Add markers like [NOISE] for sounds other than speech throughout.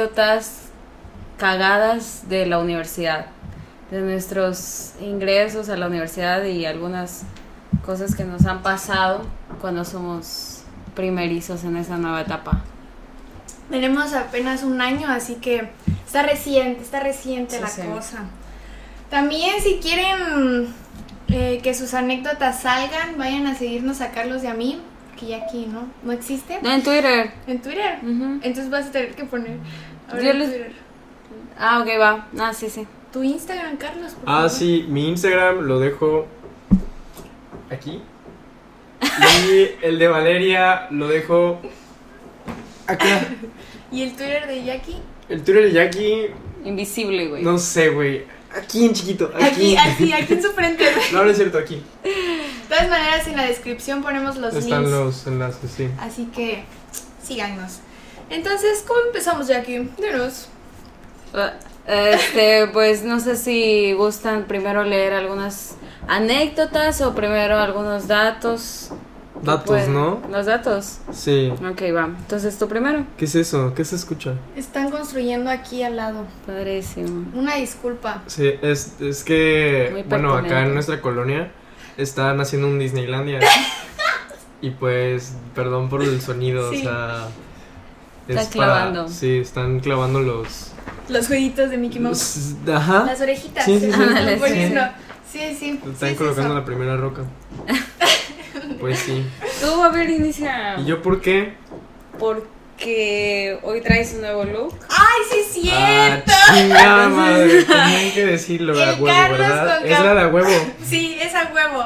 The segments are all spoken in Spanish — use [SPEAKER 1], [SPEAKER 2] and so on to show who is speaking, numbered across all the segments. [SPEAKER 1] anécdotas cagadas de la universidad, de nuestros ingresos a la universidad y algunas cosas que nos han pasado cuando somos primerizos en esa nueva etapa.
[SPEAKER 2] Tenemos apenas un año, así que está reciente, está reciente
[SPEAKER 1] Sí,
[SPEAKER 2] la
[SPEAKER 1] sí.
[SPEAKER 2] cosa. También si quieren eh, que sus anécdotas salgan, vayan a seguirnos a Carlos y a mí, que ya aquí no, no existe.
[SPEAKER 1] No, en Twitter.
[SPEAKER 2] En Twitter.
[SPEAKER 1] Ujú.
[SPEAKER 2] Entonces vas a tener que poner ahora
[SPEAKER 1] Yo
[SPEAKER 2] en
[SPEAKER 1] les-
[SPEAKER 2] Twitter.
[SPEAKER 1] Ah, ok, va. Ah, sí, sí.
[SPEAKER 2] tu Instagram, Carlos. por
[SPEAKER 3] Ah,
[SPEAKER 2] favor.
[SPEAKER 3] sí, mi Instagram lo dejo aquí. Y el de Valeria lo dejo acá.
[SPEAKER 2] Y el Twitter de Jackie.
[SPEAKER 3] El Twitter de Jackie,
[SPEAKER 1] Invisible, güey.
[SPEAKER 3] no sé, güey. Aquí en chiquito,
[SPEAKER 2] Aquí,
[SPEAKER 3] aquí.
[SPEAKER 2] así, aquí en su frente.
[SPEAKER 3] No, no es cierto, aquí.
[SPEAKER 2] De todas maneras, en la descripción ponemos los
[SPEAKER 3] Están
[SPEAKER 2] links.
[SPEAKER 3] los enlaces, sí.
[SPEAKER 2] Así que síganos. Entonces, ¿cómo empezamos, Jackie? Dinos.
[SPEAKER 1] Ah, Este, pues no sé si gustan primero leer algunas anécdotas o primero algunos datos.
[SPEAKER 3] Datos,
[SPEAKER 1] Pues,
[SPEAKER 3] ¿no?
[SPEAKER 1] Los datos.
[SPEAKER 3] Sí.
[SPEAKER 1] Ok, va. Entonces tú primero.
[SPEAKER 3] ¿Qué es eso? ¿Qué se escucha?
[SPEAKER 2] Están construyendo aquí al lado.
[SPEAKER 1] Padrísimo.
[SPEAKER 2] Una disculpa.
[SPEAKER 3] Sí, es, es que,
[SPEAKER 1] Muy
[SPEAKER 3] bueno, acá
[SPEAKER 1] pertinente.
[SPEAKER 3] en nuestra colonia están haciendo
[SPEAKER 2] [LAUGHS]
[SPEAKER 3] un Disneylandia. y pues, perdón por el sonido,
[SPEAKER 2] Sí.
[SPEAKER 3] o sea.
[SPEAKER 1] Está
[SPEAKER 3] es para-
[SPEAKER 1] clavando.
[SPEAKER 3] sí, están clavando los.
[SPEAKER 2] Los jueguitos de Mickey Mouse.
[SPEAKER 3] los- ajá.
[SPEAKER 2] Las orejitas.
[SPEAKER 3] Sí, sí,
[SPEAKER 2] se
[SPEAKER 3] sí.
[SPEAKER 2] están
[SPEAKER 1] Ándale, sí.
[SPEAKER 2] poniendo. Sí, sí. sí.
[SPEAKER 3] Están
[SPEAKER 2] sí, sí,
[SPEAKER 3] colocando
[SPEAKER 2] son.
[SPEAKER 3] la
[SPEAKER 2] [LAUGHS]
[SPEAKER 3] primera roca. Pues sí.
[SPEAKER 1] Tú, a ver, inicia.
[SPEAKER 3] ¿Y yo por qué?
[SPEAKER 1] Porque hoy traes un nuevo look.
[SPEAKER 2] ¡Ay, sí es
[SPEAKER 3] Ah,
[SPEAKER 2] cierto! [LAUGHS]
[SPEAKER 3] chingada madre. Tenían que decirlo
[SPEAKER 2] El
[SPEAKER 3] a huevo,
[SPEAKER 2] Carlos
[SPEAKER 3] ¿verdad?
[SPEAKER 2] con
[SPEAKER 3] Es la
[SPEAKER 2] cam-
[SPEAKER 3] de a huevo.
[SPEAKER 2] Sí, es a huevo.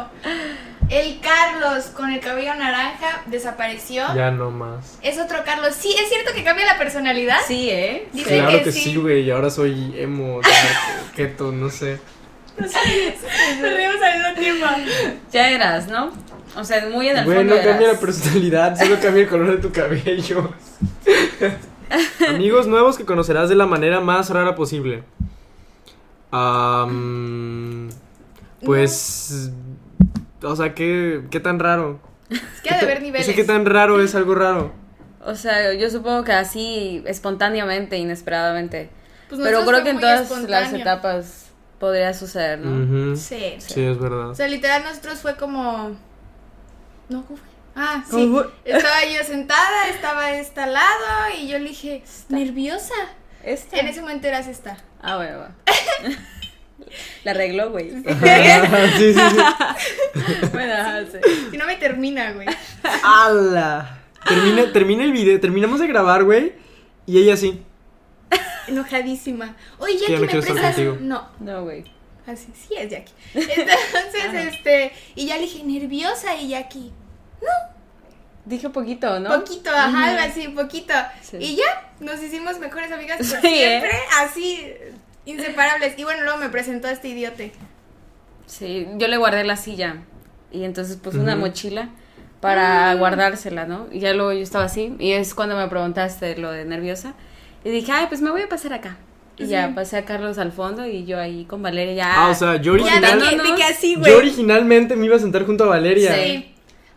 [SPEAKER 2] El Carlos con el cabello naranja desapareció.
[SPEAKER 3] Ya no más.
[SPEAKER 2] Es otro Carlos. Sí, es cierto que cambia la personalidad.
[SPEAKER 1] Sí, ¿eh?
[SPEAKER 2] Dicen
[SPEAKER 3] Claro que,
[SPEAKER 2] que
[SPEAKER 3] sí,
[SPEAKER 2] sí.
[SPEAKER 3] güey. y ahora soy emo,
[SPEAKER 2] [LAUGHS]
[SPEAKER 3] dark, keto, no sé.
[SPEAKER 2] Nos reímos al mismo tiempo.
[SPEAKER 1] Ya eras, ¿no? O sea, muy en el
[SPEAKER 3] Güey,
[SPEAKER 1] fondo
[SPEAKER 3] no cambia
[SPEAKER 1] eras.
[SPEAKER 3] la personalidad, solo cambia el color de tu
[SPEAKER 2] [LAUGHS]
[SPEAKER 3] cabello. Amigos nuevos que conocerás de la manera más rara posible. Am, pues. O sea, ¿qué, qué tan raro?
[SPEAKER 2] Es que ha de haber
[SPEAKER 3] O
[SPEAKER 2] niveles.
[SPEAKER 3] sea, ¿qué tan raro es algo raro?
[SPEAKER 1] O sea, yo supongo que así, espontáneamente, inesperadamente.
[SPEAKER 2] Pues
[SPEAKER 1] Pero creo
[SPEAKER 2] nosotros fue
[SPEAKER 1] que en
[SPEAKER 2] muy
[SPEAKER 1] todas las
[SPEAKER 2] espontáneo.
[SPEAKER 1] etapas podría suceder, ¿no?
[SPEAKER 3] Ujú. sí.
[SPEAKER 2] Sí.
[SPEAKER 3] es
[SPEAKER 2] O
[SPEAKER 3] verdad.
[SPEAKER 2] sea, literal, nosotros fue como. No, ¿cómo fue? Ah, sí.
[SPEAKER 3] ¿Cómo fue?
[SPEAKER 2] Estaba yo sentada, estaba esta al lado y yo le dije, nerviosa.
[SPEAKER 1] Esta.
[SPEAKER 2] En ese momento eras esta.
[SPEAKER 1] Este. Ah, bueno, [LAUGHS] va. La arregló, güey.
[SPEAKER 3] [LAUGHS] sí, sí, sí.
[SPEAKER 1] Bueno, ajá, sí.
[SPEAKER 2] Si no me
[SPEAKER 1] [LAUGHS]
[SPEAKER 2] termina, güey.
[SPEAKER 3] ¡Hala! Termina, termina el video, terminamos de grabar, güey. Y ella sí.
[SPEAKER 2] Enojadísima. Oye,
[SPEAKER 3] ya
[SPEAKER 2] Jackie,
[SPEAKER 3] no
[SPEAKER 2] ¿me
[SPEAKER 3] quiero estar
[SPEAKER 2] prestas?
[SPEAKER 3] contigo.
[SPEAKER 2] No,
[SPEAKER 1] No, güey.
[SPEAKER 2] así, sí
[SPEAKER 1] [LAUGHS]
[SPEAKER 2] es Jackie. Entonces, este. Y ya le dije, nerviosa y Jackie.
[SPEAKER 1] Dije poquito, ¿no?
[SPEAKER 2] Poquito, ajá, algo
[SPEAKER 1] Ujú.
[SPEAKER 2] así, poquito.
[SPEAKER 1] Sí.
[SPEAKER 2] Y ya, nos hicimos mejores amigas por
[SPEAKER 1] Sí,
[SPEAKER 2] siempre,
[SPEAKER 1] ¿eh?
[SPEAKER 2] así, inseparables. Y bueno, luego me presentó a este idiote.
[SPEAKER 1] Sí, yo le guardé la silla y entonces puse una
[SPEAKER 3] Ujú.
[SPEAKER 1] mochila
[SPEAKER 2] Ah.
[SPEAKER 1] para guardársela, ¿no? Y ya luego yo estaba así y es cuando me preguntaste lo de nerviosa y dije, ay, pues me voy a pasar acá. Y ya pasé a Carlos al fondo y yo ahí con Valeria ya...
[SPEAKER 3] Ah, o sea, yo
[SPEAKER 2] Ya
[SPEAKER 3] original.
[SPEAKER 2] de que, de que así,
[SPEAKER 3] Yo
[SPEAKER 2] güey.
[SPEAKER 3] originalmente me iba a sentar junto a Valeria.
[SPEAKER 2] Sí.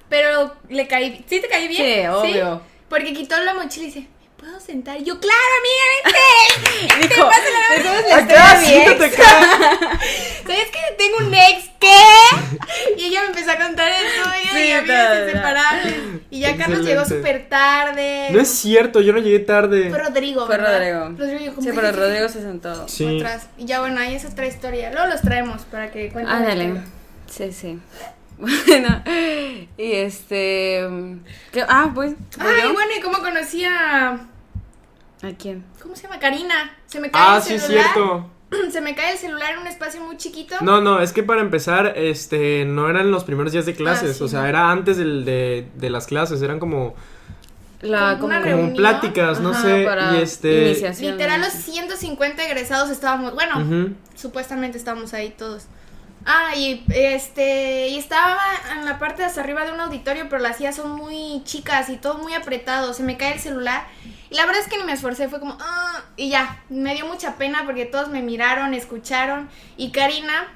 [SPEAKER 2] Pero le caí. ¿Sí te caí bien?
[SPEAKER 1] Sí, obvio.
[SPEAKER 2] Porque quitó la mochila y dice, ¿me puedo sentar? Y yo, claro, amiga,
[SPEAKER 1] [LAUGHS]
[SPEAKER 2] vente.
[SPEAKER 1] Dijo, "Pues somos la
[SPEAKER 3] Acá,
[SPEAKER 1] estrella de
[SPEAKER 3] siéntate acá.
[SPEAKER 2] ¿Sabes que tengo un ex? ¿Qué? Y ella me empezó a contar eso, y
[SPEAKER 1] Sí,
[SPEAKER 2] y amigas
[SPEAKER 1] no, no.
[SPEAKER 2] inseparables. Y ya Carlos
[SPEAKER 3] Excelente.
[SPEAKER 2] llegó súper tarde.
[SPEAKER 3] No es cierto, yo no llegué tarde.
[SPEAKER 2] Fue Rodrigo,
[SPEAKER 1] Fue
[SPEAKER 2] ¿verdad?
[SPEAKER 1] Rodrigo.
[SPEAKER 2] Rodrigo,
[SPEAKER 1] Sí,
[SPEAKER 2] ¿cómo
[SPEAKER 1] pero
[SPEAKER 2] que-
[SPEAKER 1] Rodrigo se sentó.
[SPEAKER 3] sí.
[SPEAKER 2] atrás. Y ya bueno, ahí es otra historia. Luego los traemos para que cuenten. la
[SPEAKER 1] Ándale. Sí,
[SPEAKER 2] historia.
[SPEAKER 1] sí. [LAUGHS] Bueno, y este... ¿qué? Ah, pues... ¿voy
[SPEAKER 2] Ay,
[SPEAKER 1] yo?
[SPEAKER 2] bueno, ¿y cómo conocí a.
[SPEAKER 1] ¿A quién?
[SPEAKER 2] ¿Cómo se llama? Karina. Se me cae
[SPEAKER 3] Ah,
[SPEAKER 2] el
[SPEAKER 3] sí, es
[SPEAKER 2] celular.
[SPEAKER 3] cierto.
[SPEAKER 2] [CLEARS THROAT] Se me cae el celular en un espacio muy chiquito.
[SPEAKER 3] No, no, es que para empezar, este, no eran los primeros días de clases,
[SPEAKER 2] Ah, sí,
[SPEAKER 3] o sea,
[SPEAKER 2] no.
[SPEAKER 3] era antes del, de, de las clases, eran como,
[SPEAKER 1] La...
[SPEAKER 2] Como una
[SPEAKER 1] como-
[SPEAKER 2] reunión.
[SPEAKER 3] como pláticas, no
[SPEAKER 1] Ajá,
[SPEAKER 3] sé,
[SPEAKER 1] para
[SPEAKER 3] y este...
[SPEAKER 1] iniciación.
[SPEAKER 2] Literal, los 150 egresados estábamos. Bueno,
[SPEAKER 3] ujú.
[SPEAKER 2] supuestamente estábamos ahí todos. Ah, y este. Y estaba en la parte de hasta arriba de un auditorio, pero las sillas son muy chicas y todo muy apretado. Se me cae el celular. Y la verdad es que ni me esforcé, fue como. "Ah", y ya, me dio mucha pena porque todos me miraron, escucharon. Y Karina,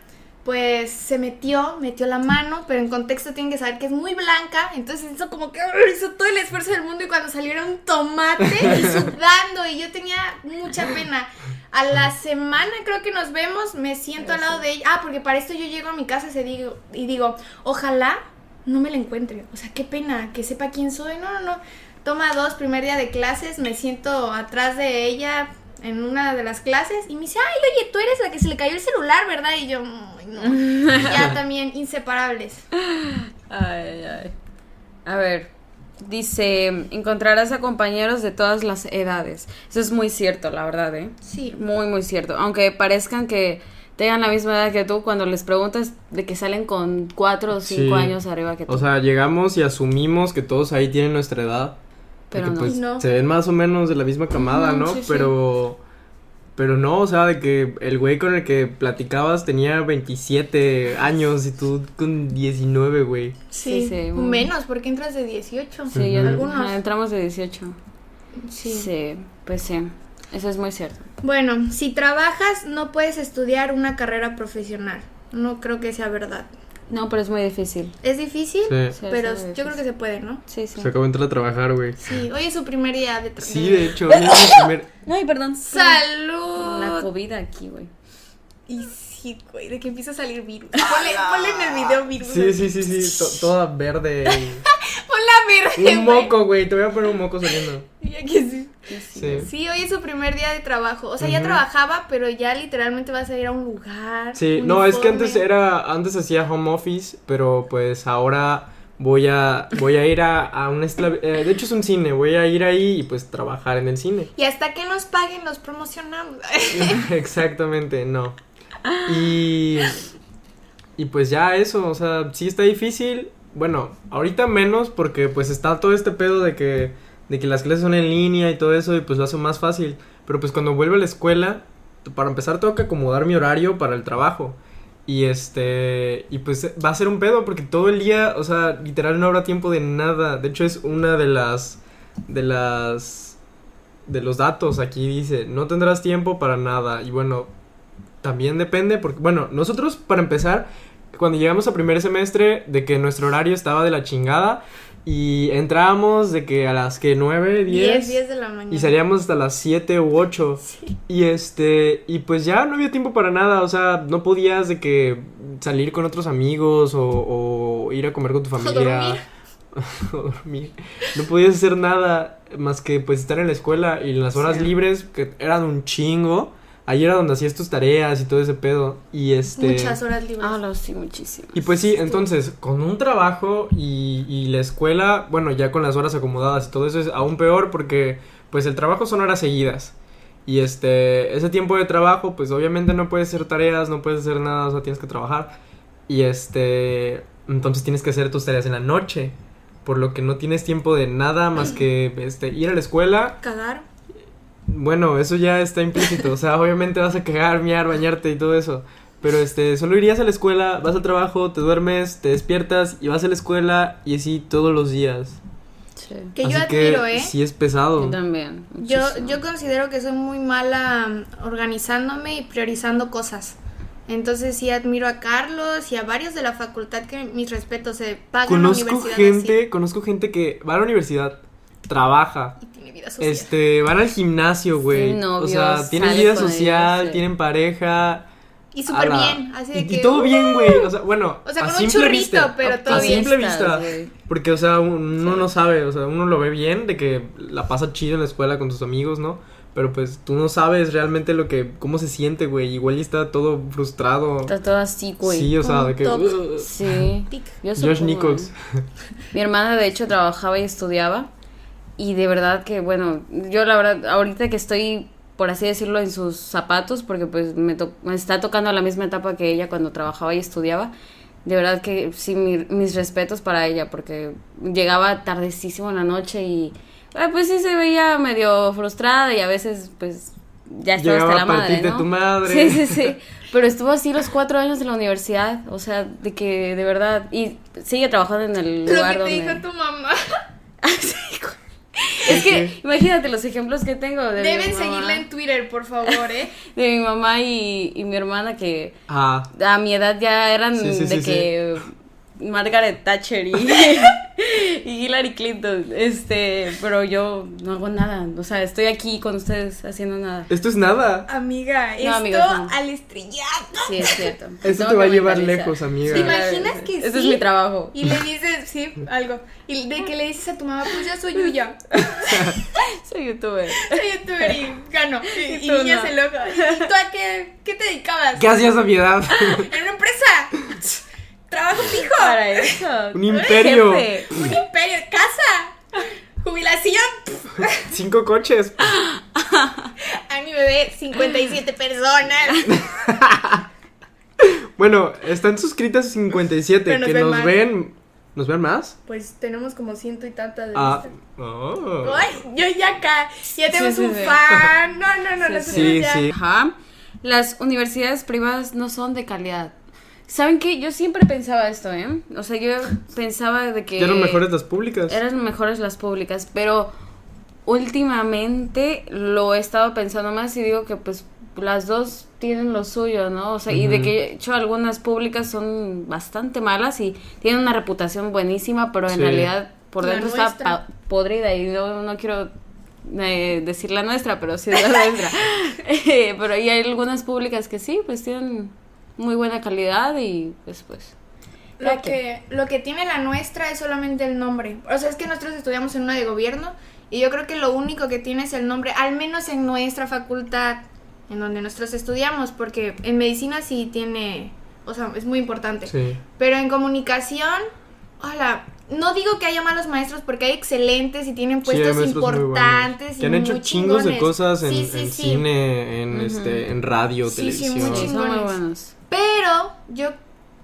[SPEAKER 2] pues se metió, metió la mano, pero en contexto tienen que saber que es muy blanca, entonces hizo como que ¡arr! hizo todo el esfuerzo del mundo y cuando salió era un tomate y sudando y yo tenía mucha pena. A la semana creo que nos vemos, me siento al lado de ella. Ah, porque para esto yo llego a mi casa y se digo, y digo, ojalá no me la encuentre. O sea, qué pena, que sepa quién soy. No, no, no. Toma dos, primer día de clases, me siento atrás de ella en una de las clases y me dice, ay, oye, tú eres la que se le cayó el celular, ¿verdad? Y yo, "Ay, no.
[SPEAKER 1] [LAUGHS]
[SPEAKER 2] Y ya también, inseparables.
[SPEAKER 1] Ay, ay. A ver, dice, encontrarás a compañeros de todas las edades. Eso es muy cierto, la verdad, ¿eh?
[SPEAKER 2] Sí.
[SPEAKER 1] Muy, muy cierto. Aunque parezcan que tengan la misma edad que tú, cuando les preguntas de que salen con cuatro o cinco
[SPEAKER 3] Sí.
[SPEAKER 1] años arriba que tú.
[SPEAKER 3] O sea, llegamos y asumimos que todos ahí tienen nuestra edad.
[SPEAKER 1] pero no.
[SPEAKER 3] porque, pues,
[SPEAKER 2] No.
[SPEAKER 3] Se ven más o menos de la misma camada,
[SPEAKER 2] Ujú,
[SPEAKER 3] ¿no?
[SPEAKER 2] sí, sí.
[SPEAKER 3] Pero. Pero no, o sea, de que el güey con el que platicabas tenía 27 años y tú con 19, güey.
[SPEAKER 2] Sí,
[SPEAKER 1] Sí, sí, muy-
[SPEAKER 2] menos, porque entras de 18.
[SPEAKER 1] Sí, ya-
[SPEAKER 2] algunos.
[SPEAKER 1] ajá, entramos de 18.
[SPEAKER 2] Sí.
[SPEAKER 1] sí, pues sí. Eso es muy cierto.
[SPEAKER 2] Bueno, si trabajas, no puedes estudiar una carrera profesional. No creo que sea verdad.
[SPEAKER 1] No, pero es muy difícil.
[SPEAKER 2] Es difícil,
[SPEAKER 3] Sí.
[SPEAKER 1] Sí,
[SPEAKER 2] pero
[SPEAKER 1] es muy
[SPEAKER 2] yo creo que
[SPEAKER 1] difícil.
[SPEAKER 2] se puede, ¿no?
[SPEAKER 1] Sí, sí.
[SPEAKER 3] Se acabó de entrar a trabajar, güey.
[SPEAKER 2] Sí, hoy es su primer día de trabajo.
[SPEAKER 3] Sí, de hecho, hoy es mi
[SPEAKER 1] [LAUGHS]
[SPEAKER 3] primer-
[SPEAKER 1] No, y perdón. La
[SPEAKER 2] ¡Salud!
[SPEAKER 1] COVID aquí, güey.
[SPEAKER 2] Y sí, güey, de que empieza a salir [LAUGHS] virus. Ponle, ponle en el video virus.
[SPEAKER 3] Sí, sí, sí, sí, to- toda
[SPEAKER 1] [LAUGHS]
[SPEAKER 3] verde.
[SPEAKER 2] Ponla
[SPEAKER 3] y-
[SPEAKER 2] verde,
[SPEAKER 3] Un
[SPEAKER 2] güey.
[SPEAKER 3] moco, güey, te voy a poner un moco saliendo.
[SPEAKER 2] Ya que sí.
[SPEAKER 3] Sí.
[SPEAKER 2] Sí, hoy es su primer día de trabajo. O sea, ya
[SPEAKER 3] Ujú.
[SPEAKER 2] trabajaba, pero ya literalmente vas a ir a un lugar.
[SPEAKER 3] Sí, no, es que antes
[SPEAKER 2] uniforme.
[SPEAKER 3] era, antes hacía home office, pero pues ahora voy a, voy a ir a, a un, esclav- eh, de hecho es un cine, voy a ir ahí y pues trabajar en el cine. [LAUGHS]
[SPEAKER 2] Y hasta que nos paguen, los promocionamos. [LAUGHS]
[SPEAKER 3] Exactamente, no. Y, y pues ya eso, o sea, sí está difícil, bueno, ahorita menos porque pues está todo este pedo de que, de que las clases son en línea y todo eso y pues lo hace más fácil, pero pues cuando vuelvo a la escuela, t- para empezar tengo que acomodar mi horario para el trabajo. Y este, y pues va a ser un pedo porque todo el día, o sea, literal no habrá tiempo de nada. De hecho es una de las, de las, de los datos aquí dice, no tendrás tiempo para nada. Y bueno, también depende porque, bueno, nosotros para empezar, cuando llegamos a primer semestre, de que nuestro horario estaba de la chingada y entrábamos de que a las que 9,
[SPEAKER 2] 10,
[SPEAKER 3] 10,
[SPEAKER 2] 10 de la mañana.
[SPEAKER 3] y salíamos hasta las 7 u 8. Y este, y pues ya no había tiempo para nada, o sea, no podías de que salir con otros amigos o, o ir a comer con tu familia. [LAUGHS] O dormir. No podías hacer nada más que pues estar en la escuela y en las horas
[SPEAKER 1] Sí.
[SPEAKER 3] libres, que eran un chingo. Ahí era donde hacías tus tareas y todo ese pedo. Y este.
[SPEAKER 2] Muchas horas libres.
[SPEAKER 1] Ah, lo sí, muchísimo.
[SPEAKER 3] Y pues sí, entonces, con un trabajo y, y la escuela, bueno, ya con las horas acomodadas y todo eso es aún peor porque pues el trabajo son horas seguidas. Y este, ese tiempo de trabajo, pues obviamente no puedes hacer tareas, no puedes hacer nada, o sea, tienes que trabajar. Y este, entonces tienes que hacer tus tareas en la noche, por lo que no tienes tiempo de nada más que este ir a la escuela.
[SPEAKER 2] Cagar.
[SPEAKER 3] Bueno, eso ya está implícito, o sea, obviamente vas a cagar, miar, bañarte y todo eso. Pero este, solo irías a la escuela, vas al trabajo, te duermes, te despiertas y vas a la escuela y así todos los días.
[SPEAKER 1] Sí.
[SPEAKER 2] Que
[SPEAKER 3] así
[SPEAKER 2] yo admiro,
[SPEAKER 3] que
[SPEAKER 2] ¿eh?
[SPEAKER 3] sí es pesado.
[SPEAKER 1] Yo también.
[SPEAKER 2] Yo,
[SPEAKER 1] muchísimo.
[SPEAKER 2] yo considero que soy muy mala mm, organizándome y priorizando cosas. Entonces sí admiro a Carlos y a varios de la facultad que mis respetos se pagan la
[SPEAKER 3] Conozco
[SPEAKER 2] universidad
[SPEAKER 3] gente, conozco gente que va a la universidad, trabaja,
[SPEAKER 2] así, y tiene vida social.
[SPEAKER 3] este, van al gimnasio, güey.
[SPEAKER 1] Tienen
[SPEAKER 3] o
[SPEAKER 1] novios,
[SPEAKER 3] sea, tienen
[SPEAKER 1] sale
[SPEAKER 3] vida
[SPEAKER 1] con ellos,
[SPEAKER 3] social,
[SPEAKER 1] sí.
[SPEAKER 3] tienen pareja.
[SPEAKER 2] y súper
[SPEAKER 3] a la-
[SPEAKER 2] bien, así de
[SPEAKER 3] y,
[SPEAKER 2] que
[SPEAKER 3] y todo
[SPEAKER 2] ¡uh!
[SPEAKER 3] bien, güey. O sea, bueno,
[SPEAKER 2] O sea,
[SPEAKER 3] a
[SPEAKER 2] con un
[SPEAKER 3] simple
[SPEAKER 2] churrito,
[SPEAKER 3] vista,
[SPEAKER 2] pero
[SPEAKER 3] a-
[SPEAKER 2] todo
[SPEAKER 3] a
[SPEAKER 2] bien.
[SPEAKER 3] simple
[SPEAKER 1] Vistas,
[SPEAKER 3] vista.
[SPEAKER 1] güey.
[SPEAKER 3] Porque, o sea, un- uno
[SPEAKER 1] Sí.
[SPEAKER 3] no sabe, o sea, uno lo ve bien de que la pasa chido en la escuela con sus amigos, ¿no? Pero pues tú no sabes realmente lo que, cómo se siente, güey. Igual y está todo frustrado.
[SPEAKER 1] Está todo así, güey.
[SPEAKER 3] Sí, o sea, de que. uh.
[SPEAKER 2] Todo
[SPEAKER 3] "Ugh".
[SPEAKER 1] Sí.
[SPEAKER 2] Tic.
[SPEAKER 1] [LAUGHS] Yo
[SPEAKER 3] Josh
[SPEAKER 1] supongo,
[SPEAKER 3] Nichols.
[SPEAKER 1] Mi hermana, de hecho, trabajaba y estudiaba. Y de verdad que, bueno, yo la verdad, ahorita que estoy, por así decirlo, en sus zapatos, porque pues me, to- me está tocando la misma etapa que ella cuando trabajaba y estudiaba, de verdad que sí, mi- mis respetos para ella, porque llegaba tardecísimo en la noche y, ah, pues sí se veía medio frustrada y a veces, pues, ya estaba
[SPEAKER 3] Llegaba
[SPEAKER 1] hasta la
[SPEAKER 3] a
[SPEAKER 1] madre,
[SPEAKER 3] partirte
[SPEAKER 1] ¿no?
[SPEAKER 3] tu madre.
[SPEAKER 1] Sí, sí, sí. Pero estuvo así los cuatro años de la universidad, o sea, de que, de verdad, y sigue trabajando en el
[SPEAKER 2] Lo
[SPEAKER 1] lugar [LAUGHS]
[SPEAKER 2] que te
[SPEAKER 1] donde...
[SPEAKER 2] dijo tu mamá.
[SPEAKER 1] Es
[SPEAKER 3] Este,
[SPEAKER 1] que imagínate los ejemplos que tengo. De mi
[SPEAKER 2] Deben
[SPEAKER 1] mamá,
[SPEAKER 2] seguirla en Twitter, por favor, ¿eh?
[SPEAKER 1] De mi mamá y, y mi hermana que
[SPEAKER 3] Ah,
[SPEAKER 1] a mi edad ya eran
[SPEAKER 3] Sí, sí,
[SPEAKER 1] de
[SPEAKER 3] sí,
[SPEAKER 1] que Margaret
[SPEAKER 2] [LAUGHS]
[SPEAKER 1] Thatcher y, y Hillary Clinton. Este, pero yo no hago nada. O sea, estoy aquí con ustedes haciendo nada.
[SPEAKER 3] esto es nada.
[SPEAKER 2] Amiga, esto
[SPEAKER 1] amigos, no.
[SPEAKER 2] al estrellato.
[SPEAKER 1] Sí, es cierto.
[SPEAKER 3] Eso
[SPEAKER 1] Tengo
[SPEAKER 3] te va a
[SPEAKER 1] que
[SPEAKER 3] llevar
[SPEAKER 1] mentalizar.
[SPEAKER 3] lejos, amiga.
[SPEAKER 2] ¿Te imaginas que
[SPEAKER 1] Ese es
[SPEAKER 2] sí?
[SPEAKER 1] mi trabajo.
[SPEAKER 2] Y le dices, sí, algo. Y de que le dices a tu mamá, pues yo soy Yuya.
[SPEAKER 1] Soy youtuber.
[SPEAKER 2] [LAUGHS] Soy youtuber y gano. Y,
[SPEAKER 1] Y
[SPEAKER 2] y
[SPEAKER 1] tú
[SPEAKER 2] niñas
[SPEAKER 1] no.
[SPEAKER 2] el ojo. ¿Y tú a qué, qué te dedicabas?
[SPEAKER 3] ¿Qué hacías a mi edad?
[SPEAKER 2] En una empresa. Trabajo fijo.
[SPEAKER 1] Para eso.
[SPEAKER 3] Un imperio.
[SPEAKER 1] Jefe.
[SPEAKER 2] Un imperio. Casa. Jubilación.
[SPEAKER 3] [LAUGHS] Cinco coches.
[SPEAKER 2] A mi bebé, 57 personas.
[SPEAKER 3] Bueno, están suscritas 57,
[SPEAKER 2] Pero nos
[SPEAKER 3] que
[SPEAKER 2] ven
[SPEAKER 3] nos
[SPEAKER 2] más.
[SPEAKER 3] ven... ¿Nos ven más?
[SPEAKER 2] Pues tenemos como ciento y tantas de
[SPEAKER 3] Ah,
[SPEAKER 2] vistas.
[SPEAKER 3] oh.
[SPEAKER 2] Ay, yo ya acá. Ya tenemos
[SPEAKER 1] sí,
[SPEAKER 2] un
[SPEAKER 1] sí.
[SPEAKER 2] fan. No, no, no,
[SPEAKER 1] Sí,
[SPEAKER 2] nosotros
[SPEAKER 3] sí.
[SPEAKER 2] ya.
[SPEAKER 3] Sí,
[SPEAKER 1] Ajá. Las universidades privadas no son de calidad. ¿Saben qué? Yo siempre pensaba esto, ¿eh? O sea, yo pensaba de que...
[SPEAKER 3] Ya eran mejores las públicas.
[SPEAKER 1] Eran mejores las públicas, pero últimamente lo he estado pensando más y digo que pues las dos tienen lo suyo, ¿no? O sea, y de
[SPEAKER 3] Ujú.
[SPEAKER 1] que de hecho algunas públicas son bastante malas y tienen una reputación buenísima, pero en
[SPEAKER 3] Sí.
[SPEAKER 1] realidad por
[SPEAKER 2] La
[SPEAKER 1] dentro está
[SPEAKER 2] nuestra.
[SPEAKER 1] pa- podrida y no, no quiero eh, decir la nuestra, pero sí es la
[SPEAKER 2] [LAUGHS]
[SPEAKER 1] nuestra. [LAUGHS] Eh, pero y hay algunas públicas que sí, pues tienen muy buena calidad y pues pues...
[SPEAKER 2] Lo
[SPEAKER 1] Ok.
[SPEAKER 2] que, lo que tiene la nuestra es solamente el nombre. O sea, es que nosotros estudiamos en una de gobierno y yo creo que lo único que tiene es el nombre, al menos en nuestra facultad, en donde nosotros estudiamos, porque en medicina sí tiene, o sea, es muy importante.
[SPEAKER 3] Sí.
[SPEAKER 2] Pero en comunicación, hola, no digo que haya malos maestros porque hay excelentes y tienen
[SPEAKER 3] Sí, hay
[SPEAKER 2] puestos
[SPEAKER 3] maestros muy buenos,
[SPEAKER 2] importantes. y
[SPEAKER 3] Que han hecho
[SPEAKER 2] muy
[SPEAKER 3] chingos de
[SPEAKER 2] chingones.
[SPEAKER 3] cosas en,
[SPEAKER 2] Sí, sí,
[SPEAKER 3] en
[SPEAKER 2] sí.
[SPEAKER 3] cine, en,
[SPEAKER 1] Ujú.
[SPEAKER 3] este, en radio,
[SPEAKER 2] Sí, sí, muy
[SPEAKER 3] televisión.
[SPEAKER 1] Sí, son muy
[SPEAKER 2] chingones.
[SPEAKER 1] buenos.
[SPEAKER 2] Pero yo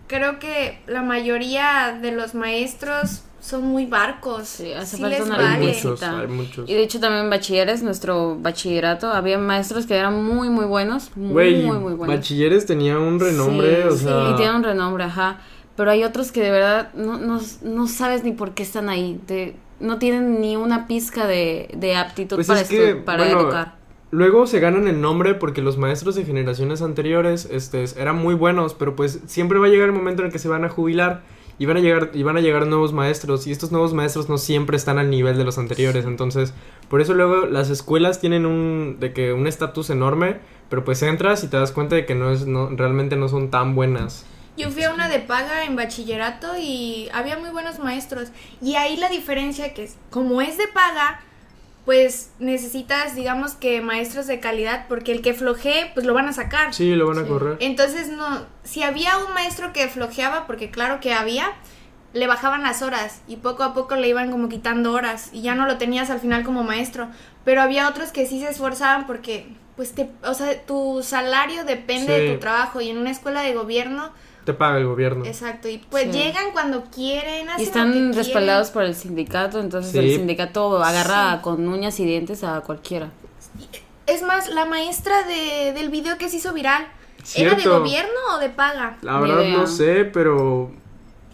[SPEAKER 2] creo que la mayoría de los maestros son muy barcos.
[SPEAKER 1] Sí, hace
[SPEAKER 2] Sí
[SPEAKER 1] falta
[SPEAKER 2] les
[SPEAKER 1] una
[SPEAKER 3] hay
[SPEAKER 1] vale.
[SPEAKER 3] muchos,
[SPEAKER 1] Está.
[SPEAKER 3] hay muchos.
[SPEAKER 1] Y de hecho también en bachilleres, nuestro bachillerato, había maestros que eran muy, muy buenos. Muy,
[SPEAKER 3] Güey,
[SPEAKER 1] muy, muy buenos.
[SPEAKER 3] bachilleres tenía un renombre,
[SPEAKER 1] Sí,
[SPEAKER 3] o
[SPEAKER 1] sí,
[SPEAKER 3] sea...
[SPEAKER 1] Y tienen un renombre, ajá. Pero hay otros que de verdad no, no, no sabes ni por qué están ahí. te- no tienen ni una pizca de, de aptitud
[SPEAKER 3] Pues
[SPEAKER 1] para,
[SPEAKER 3] es que,
[SPEAKER 1] estu- para
[SPEAKER 3] bueno,
[SPEAKER 1] educar.
[SPEAKER 3] Luego se ganan el nombre porque los maestros de generaciones anteriores este, eran muy buenos, pero pues siempre va a llegar el momento en el que se van a jubilar y van a llegar, y van a llegar nuevos maestros y estos nuevos maestros no siempre están al nivel de los anteriores, entonces por eso luego las escuelas tienen un de que un estatus enorme, pero pues entras y te das cuenta de que no es no, realmente no son tan buenas.
[SPEAKER 2] Yo fui a una de paga en bachillerato y había muy buenos maestros. Y ahí la diferencia que es, como es de paga, pues necesitas, digamos que maestros de calidad, porque el que flojee, pues lo van a sacar.
[SPEAKER 3] Sí, lo van a
[SPEAKER 1] Sí.
[SPEAKER 3] correr.
[SPEAKER 2] Entonces, no, si había un maestro que flojeaba, porque claro que había, le bajaban las horas y poco a poco le iban como quitando horas y ya no lo tenías al final como maestro. Pero había otros que sí se esforzaban porque, pues, te, o sea, tu salario depende de
[SPEAKER 3] Sí.
[SPEAKER 2] tu trabajo y en una escuela de gobierno,
[SPEAKER 3] Te paga el gobierno.
[SPEAKER 2] exacto, y pues
[SPEAKER 1] Sí.
[SPEAKER 2] llegan cuando quieren, hacen
[SPEAKER 1] Y
[SPEAKER 2] lo que
[SPEAKER 1] están
[SPEAKER 2] quieren.
[SPEAKER 1] respaldados por el sindicato, entonces
[SPEAKER 3] Sí.
[SPEAKER 1] el sindicato agarra con uñas y dientes a cualquiera.
[SPEAKER 2] Es más, la maestra de, del video que se hizo viral, ¿era de
[SPEAKER 3] Cierto.
[SPEAKER 2] gobierno o de paga?
[SPEAKER 3] La
[SPEAKER 1] Ni
[SPEAKER 3] verdad
[SPEAKER 1] idea.
[SPEAKER 3] no sé, pero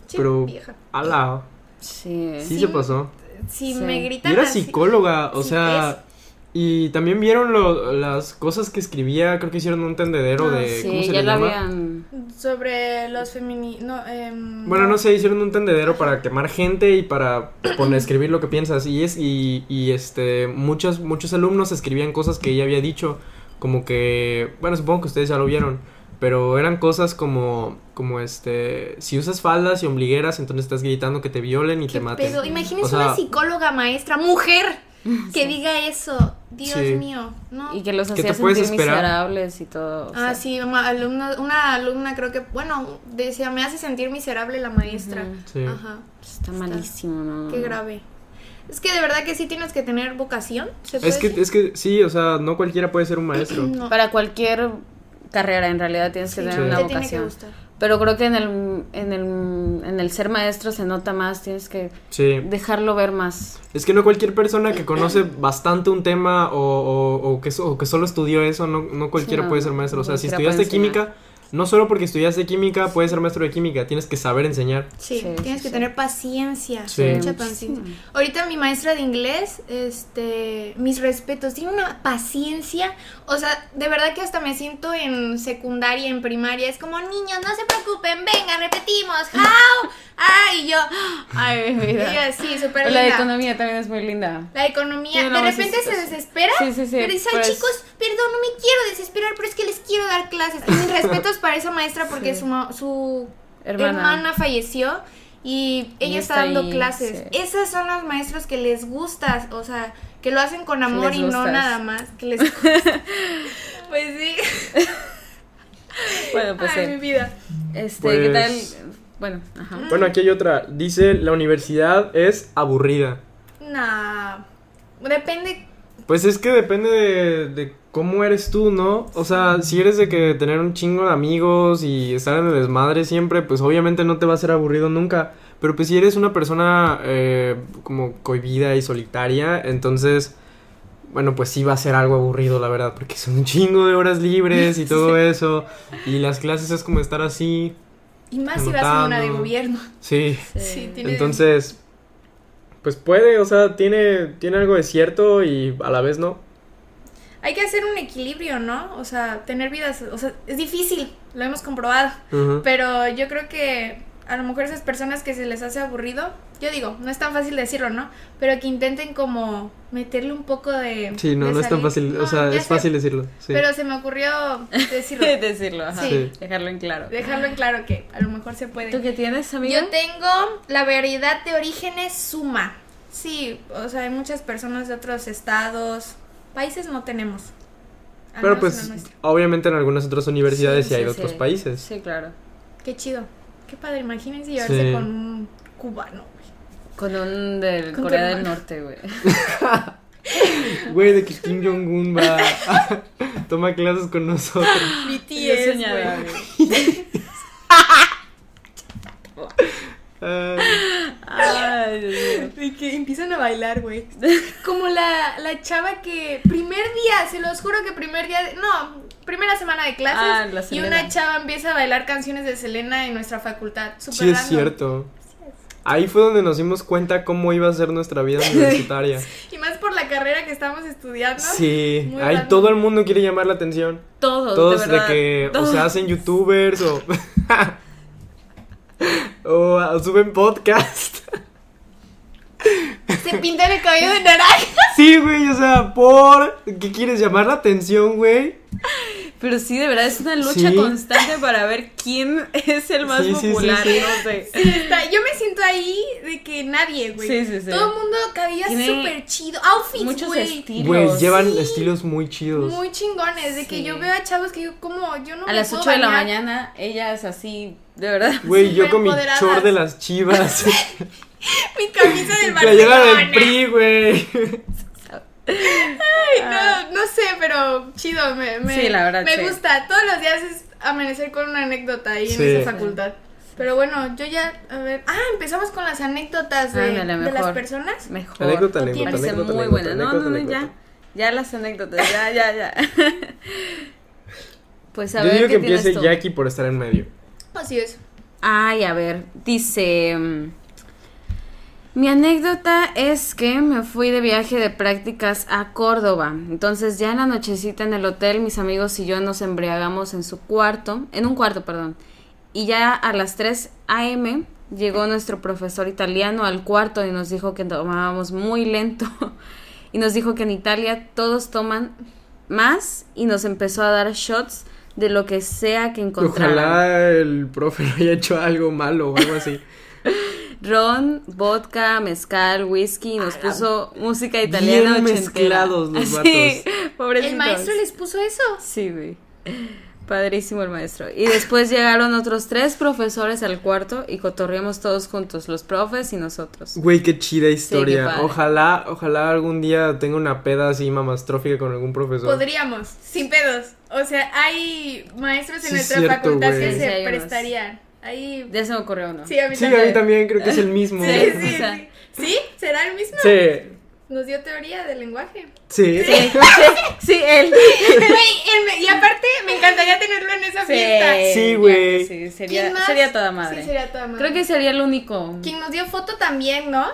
[SPEAKER 2] Sí,
[SPEAKER 3] pero
[SPEAKER 2] vieja.
[SPEAKER 3] ala,
[SPEAKER 1] Sí.
[SPEAKER 3] sí
[SPEAKER 2] Sí.
[SPEAKER 3] se pasó.
[SPEAKER 2] Si
[SPEAKER 1] Sí.
[SPEAKER 2] me
[SPEAKER 3] Y
[SPEAKER 2] gritan
[SPEAKER 3] era
[SPEAKER 2] así-
[SPEAKER 3] psicóloga, o
[SPEAKER 2] Sí,
[SPEAKER 3] sea, y también vieron lo- las cosas que escribía, creo que hicieron un tendedero
[SPEAKER 2] Ah,
[SPEAKER 3] de... ¿Cómo
[SPEAKER 1] Sí,
[SPEAKER 3] se
[SPEAKER 1] ya
[SPEAKER 3] le
[SPEAKER 1] la
[SPEAKER 3] llama?
[SPEAKER 1] habían...
[SPEAKER 2] Sobre los femini... No, em,
[SPEAKER 3] Bueno, no sé, hicieron un tendedero para quemar gente y para poner, escribir lo que piensas. Y es, y, y, este, muchos, muchos alumnos escribían cosas que ella había dicho, como que, bueno, supongo que ustedes ya lo vieron, pero eran cosas como, como este, si usas faldas y ombligueras, entonces estás gritando que te violen y
[SPEAKER 2] ¿Qué
[SPEAKER 3] te maten.
[SPEAKER 2] pedo? Imagínense
[SPEAKER 3] O sea,
[SPEAKER 2] una psicóloga maestra, mujer, que diga eso. Dios
[SPEAKER 3] Sí.
[SPEAKER 2] mío, ¿no?
[SPEAKER 1] [LAUGHS] Y que los
[SPEAKER 3] ¿Qué te
[SPEAKER 1] hacía
[SPEAKER 3] puedes
[SPEAKER 1] sentir
[SPEAKER 3] esperar?
[SPEAKER 1] miserables y todo. o sea.
[SPEAKER 2] Ah, sí, una alumna, una alumna creo que, bueno, decía, me hace sentir miserable la maestra.
[SPEAKER 1] Ujú.
[SPEAKER 3] sí.
[SPEAKER 2] Ajá,
[SPEAKER 1] Pues Está malísimo, ¿no?
[SPEAKER 2] qué grave. Es que de verdad que sí tienes que tener vocación, ¿se puede
[SPEAKER 3] Es que,
[SPEAKER 2] decir?
[SPEAKER 3] es que sí, o sea, no cualquiera puede ser un maestro.
[SPEAKER 2] [CLEARS THROAT] No,
[SPEAKER 1] Para cualquier carrera, en realidad tienes que
[SPEAKER 2] sí,
[SPEAKER 1] tener
[SPEAKER 3] Sí.
[SPEAKER 1] una
[SPEAKER 2] te tiene que
[SPEAKER 1] vocación.
[SPEAKER 2] gustar.
[SPEAKER 1] Pero creo que en el, en, el, en el ser maestro se nota más, tienes que
[SPEAKER 3] Sí.
[SPEAKER 1] dejarlo ver más.
[SPEAKER 3] Es que no cualquier persona que conoce bastante un tema o, o- o que, so- o que solo estudió eso, no, no
[SPEAKER 1] Sí,
[SPEAKER 3] cualquiera
[SPEAKER 1] no,
[SPEAKER 3] puede ser maestro. O sea, si
[SPEAKER 1] cualquiera puede
[SPEAKER 3] estudiaste química, no solo porque estudiaste química puedes ser maestro de química, tienes que saber enseñar.
[SPEAKER 2] Sí,
[SPEAKER 1] Sí,
[SPEAKER 2] tienes
[SPEAKER 1] sí,
[SPEAKER 2] que
[SPEAKER 1] sí.
[SPEAKER 2] tener paciencia.
[SPEAKER 3] Sí.
[SPEAKER 2] Mucha
[SPEAKER 1] Muchísimo.
[SPEAKER 2] paciencia. Ahorita mi maestra de inglés, este, mis respetos, tiene una paciencia, o sea, de verdad que hasta me siento en secundaria, en primaria, es como, niños, no se preocupen, vengan, repetimos, how, ay,
[SPEAKER 1] [LAUGHS]
[SPEAKER 2] y yo,
[SPEAKER 1] Ay, [LAUGHS] mi
[SPEAKER 2] y
[SPEAKER 1] vida.
[SPEAKER 2] yo, sí, súper
[SPEAKER 1] Pero la
[SPEAKER 2] linda.
[SPEAKER 1] economía también es muy linda.
[SPEAKER 2] La economía,
[SPEAKER 1] Tiene
[SPEAKER 2] de
[SPEAKER 1] una buena
[SPEAKER 2] repente se
[SPEAKER 1] situación.
[SPEAKER 2] desespera,
[SPEAKER 1] Sí, sí, sí,
[SPEAKER 2] pero dice, ay,
[SPEAKER 1] pues-
[SPEAKER 2] chicos, perdón, no me quiero desesperar, pero es que les quiero dar clases. Y mis respetos para esa maestra porque
[SPEAKER 1] Sí.
[SPEAKER 2] su, ma- su hermana.
[SPEAKER 1] Hermana.
[SPEAKER 2] falleció y ella
[SPEAKER 1] Y
[SPEAKER 2] está,
[SPEAKER 1] está
[SPEAKER 2] dando
[SPEAKER 1] ahí,
[SPEAKER 2] clases.
[SPEAKER 1] sí.
[SPEAKER 2] Esas son las maestras que les gustas, o sea, que lo hacen con amor
[SPEAKER 1] les
[SPEAKER 2] y no
[SPEAKER 1] gustas.
[SPEAKER 2] nada más, que
[SPEAKER 1] [LAUGHS]
[SPEAKER 2] les gusta. pues sí,
[SPEAKER 1] Bueno, pues
[SPEAKER 2] ay,
[SPEAKER 1] sí.
[SPEAKER 2] mi vida.
[SPEAKER 1] Este, ¿qué
[SPEAKER 3] Pues-
[SPEAKER 1] tal? Bueno, ajá.
[SPEAKER 3] Bueno, aquí hay otra. Dice, la universidad es aburrida.
[SPEAKER 2] Nah, depende
[SPEAKER 3] Pues es que depende de, de cómo eres tú, ¿no? O sea, si eres de que tener un chingo de amigos y estar en el desmadre siempre, pues obviamente no te va a ser aburrido nunca. Pero pues si eres una persona eh, como cohibida y solitaria, entonces, bueno, pues sí va a ser algo aburrido, la verdad, porque son un chingo de horas libres y todo eso. Y las clases es como estar así.
[SPEAKER 2] y más si vas en una de
[SPEAKER 3] Anotando.
[SPEAKER 2] gobierno.
[SPEAKER 3] Sí.
[SPEAKER 1] Sí.
[SPEAKER 2] Sí,
[SPEAKER 1] [LAUGHS]
[SPEAKER 2] tiene-
[SPEAKER 3] Entonces, pues puede, o sea, tiene, tiene algo de cierto y a la vez no.
[SPEAKER 2] Hay que hacer un equilibrio, ¿no? O sea, tener vidas, o sea, es difícil, lo hemos comprobado.
[SPEAKER 3] Ujú.
[SPEAKER 2] Pero yo creo que a lo mejor esas personas que se les hace aburrido, yo digo, no es tan fácil decirlo, ¿no? Pero que intenten como meterle un poco de...
[SPEAKER 3] Sí, no,
[SPEAKER 2] de
[SPEAKER 3] no es tan
[SPEAKER 2] salir.
[SPEAKER 3] fácil.
[SPEAKER 2] No,
[SPEAKER 3] o sea,
[SPEAKER 2] ya
[SPEAKER 3] es
[SPEAKER 2] sé,
[SPEAKER 3] fácil decirlo. Sí.
[SPEAKER 2] Pero ah, se me ocurrió
[SPEAKER 1] [LAUGHS]
[SPEAKER 2] decirlo,
[SPEAKER 1] Decirlo, ajá.
[SPEAKER 2] Sí.
[SPEAKER 1] Dejarlo en claro.
[SPEAKER 2] dejarlo en claro que a lo mejor se puede.
[SPEAKER 1] ¿Tú qué tienes, amiga?
[SPEAKER 2] Yo tengo la variedad de orígenes suma. Sí, o sea, hay muchas personas de otros estados, países no tenemos. Al
[SPEAKER 3] Pero
[SPEAKER 2] menos en el
[SPEAKER 3] pues,
[SPEAKER 2] nuestro.
[SPEAKER 3] obviamente en algunas otras universidades
[SPEAKER 1] Sí,
[SPEAKER 3] y Pues hay
[SPEAKER 1] sí,
[SPEAKER 3] de otros
[SPEAKER 1] sí.
[SPEAKER 3] países.
[SPEAKER 1] Sí, claro.
[SPEAKER 2] Qué chido. Qué padre, imagínense llevarse
[SPEAKER 3] Sí.
[SPEAKER 2] con un
[SPEAKER 1] [GASPS]
[SPEAKER 2] cubano. güey.
[SPEAKER 1] Con un del
[SPEAKER 2] Con tu
[SPEAKER 1] Corea del
[SPEAKER 2] hermano.
[SPEAKER 1] Norte, güey.
[SPEAKER 3] [LAUGHS] Güey, de que Kim Jong-un va. [LAUGHS] Toma clases con nosotros.
[SPEAKER 1] Yo
[SPEAKER 2] BTS,
[SPEAKER 1] soñaba,
[SPEAKER 2] güey.
[SPEAKER 1] güey.
[SPEAKER 3] Ay,
[SPEAKER 1] Ay, Dios
[SPEAKER 2] [LAUGHS]
[SPEAKER 1] mío.
[SPEAKER 2] De que empiezan a
[SPEAKER 1] [LAUGHS]
[SPEAKER 2] bailar, güey. Como la, la chava que primer día, se los juro que primer día, de- no, primera semana de
[SPEAKER 1] Ah,
[SPEAKER 2] clases
[SPEAKER 1] la
[SPEAKER 2] y
[SPEAKER 1] Selena.
[SPEAKER 2] una chava empieza a bailar canciones de Selena en nuestra facultad. Super
[SPEAKER 3] sí, es
[SPEAKER 2] random.
[SPEAKER 3] cierto. Ahí fue donde nos dimos cuenta cómo iba a ser nuestra vida universitaria.
[SPEAKER 2] Y más por la carrera que estamos estudiando.
[SPEAKER 3] Sí,
[SPEAKER 2] Muy
[SPEAKER 3] ahí
[SPEAKER 2] random.
[SPEAKER 3] todo el mundo quiere llamar la atención.
[SPEAKER 1] Todos,
[SPEAKER 3] Todos
[SPEAKER 1] de
[SPEAKER 3] de,
[SPEAKER 1] verdad.
[SPEAKER 3] que o
[SPEAKER 1] todos.
[SPEAKER 3] se hacen youtubers o. [LAUGHS] o ah, suben podcast.
[SPEAKER 2] Se pintan el cabello de
[SPEAKER 1] [LAUGHS]
[SPEAKER 2] naranja.
[SPEAKER 3] Sí, güey, o sea, por. ¿Qué quieres llamar la atención, güey?
[SPEAKER 1] Pero sí, de verdad, es una lucha
[SPEAKER 3] Sí.
[SPEAKER 1] constante para ver quién [LAUGHS] es el más
[SPEAKER 3] Sí, sí, sí,
[SPEAKER 1] popular,
[SPEAKER 3] sí.
[SPEAKER 1] no sé.
[SPEAKER 2] Sí, está. Yo me siento ahí de que nadie, güey.
[SPEAKER 1] Sí, sí, sí.
[SPEAKER 2] Todo el mundo cabello
[SPEAKER 1] Tiene
[SPEAKER 2] súper chido. Outfits,
[SPEAKER 1] Muchos
[SPEAKER 2] güey.
[SPEAKER 1] estilos.
[SPEAKER 3] Güey, llevan estilos muy chidos.
[SPEAKER 2] Muy chingones, de que
[SPEAKER 1] Sí.
[SPEAKER 2] yo veo a chavos que yo como, yo no
[SPEAKER 1] A
[SPEAKER 2] me
[SPEAKER 1] las
[SPEAKER 2] puedo
[SPEAKER 1] 8 de la
[SPEAKER 2] bañar. [LAUGHS]
[SPEAKER 1] mañana, ella es así, de verdad.
[SPEAKER 3] [LAUGHS] Güey, yo con mi
[SPEAKER 2] Superempoderadas.
[SPEAKER 3] short de
[SPEAKER 1] [LAUGHS]
[SPEAKER 3] las chivas. [LAUGHS]
[SPEAKER 2] Mi camisa del
[SPEAKER 3] playera del
[SPEAKER 2] Barcelona.
[SPEAKER 3] PRI, güey.
[SPEAKER 2] Ay, no, no sé, pero chido, me, me,
[SPEAKER 1] Ah. Sí, la verdad,
[SPEAKER 2] me
[SPEAKER 1] sí.
[SPEAKER 2] gusta. Todos los días es amanecer con una anécdota ahí
[SPEAKER 3] Sí.
[SPEAKER 2] en esa facultad. Pero bueno, yo ya, a ver. Ah, empezamos con las anécdotas de,
[SPEAKER 1] Ándale,
[SPEAKER 2] de las
[SPEAKER 1] mejor.
[SPEAKER 2] personas.
[SPEAKER 1] Mejor.
[SPEAKER 3] Anécdota,
[SPEAKER 2] No
[SPEAKER 3] anécdota,
[SPEAKER 2] tiene-
[SPEAKER 1] Parece
[SPEAKER 3] anécdota,
[SPEAKER 1] muy
[SPEAKER 3] anécdota,
[SPEAKER 1] buena. No, no,
[SPEAKER 3] anécdota,
[SPEAKER 1] no, ya.
[SPEAKER 3] anécdota.
[SPEAKER 1] Ya las anécdotas, ya, ya, ya. [LAUGHS] Pues a
[SPEAKER 3] Yo
[SPEAKER 1] ver.
[SPEAKER 3] digo
[SPEAKER 1] ¿qué
[SPEAKER 3] que empiece
[SPEAKER 1] tienes tú?
[SPEAKER 3] Jackie por estar en medio.
[SPEAKER 2] Así es.
[SPEAKER 1] Ay, a ver, dice. mm, Mi anécdota es que me fui de viaje de prácticas a Córdoba. Entonces, ya en la nochecita en el hotel, mis amigos y yo nos embriagamos en su cuarto, en un cuarto, perdón. Y ya a las 3 a.m. llegó nuestro profesor italiano al cuarto y nos dijo que tomábamos muy lento. [LAUGHS] Y nos dijo que en Italia todos toman más y nos empezó a dar shots de lo que sea que encontrara.
[SPEAKER 3] Ojalá el profe no haya hecho algo malo o algo
[SPEAKER 1] [LAUGHS]
[SPEAKER 3] así.
[SPEAKER 1] Ron, vodka, mezcal, whisky, y nos puso música italiana
[SPEAKER 3] bien
[SPEAKER 1] ochentera.
[SPEAKER 3] mezclados los
[SPEAKER 1] [LAUGHS] Sí, pobrecitos.
[SPEAKER 2] El maestro les puso eso.
[SPEAKER 1] Sí, güey. Padrísimo el maestro. Y después llegaron otros tres profesores al cuarto y cotorreamos todos juntos, los profes y nosotros.
[SPEAKER 3] Güey, qué chida historia.
[SPEAKER 1] padre.
[SPEAKER 3] ojalá, ojalá algún día tenga una peda así mamastrófica con algún profesor.
[SPEAKER 2] Podríamos, sin pedos. O sea, hay maestros en
[SPEAKER 3] Sí, es
[SPEAKER 2] nuestra
[SPEAKER 3] cierto,
[SPEAKER 2] facultad
[SPEAKER 3] güey.
[SPEAKER 2] que
[SPEAKER 1] Sí,
[SPEAKER 2] se
[SPEAKER 1] hay unos.
[SPEAKER 2] prestarían. Ahí.
[SPEAKER 1] Ya se me ocurrió uno.
[SPEAKER 2] Sí, a mí
[SPEAKER 3] sí, a
[SPEAKER 2] también.
[SPEAKER 3] mí también creo que es el mismo.
[SPEAKER 2] Sí, sí,
[SPEAKER 1] [LAUGHS] O sea.
[SPEAKER 2] sí. ¿Sí? ¿Será el mismo?
[SPEAKER 3] Sí,
[SPEAKER 2] Nos dio
[SPEAKER 3] [LAUGHS]
[SPEAKER 2] teoría del lenguaje.
[SPEAKER 3] sí.
[SPEAKER 2] [LAUGHS]
[SPEAKER 1] Sí, sí, él.
[SPEAKER 2] Güey, él me- y aparte me encantaría tenerlo en esa fiesta.
[SPEAKER 3] Sí, güey.
[SPEAKER 1] Sí, sería,
[SPEAKER 2] ¿Quién más?
[SPEAKER 1] sería toda madre.
[SPEAKER 2] Sí, sería toda madre.
[SPEAKER 1] Creo que sería el único.
[SPEAKER 2] Quien nos dio foto también, ¿no?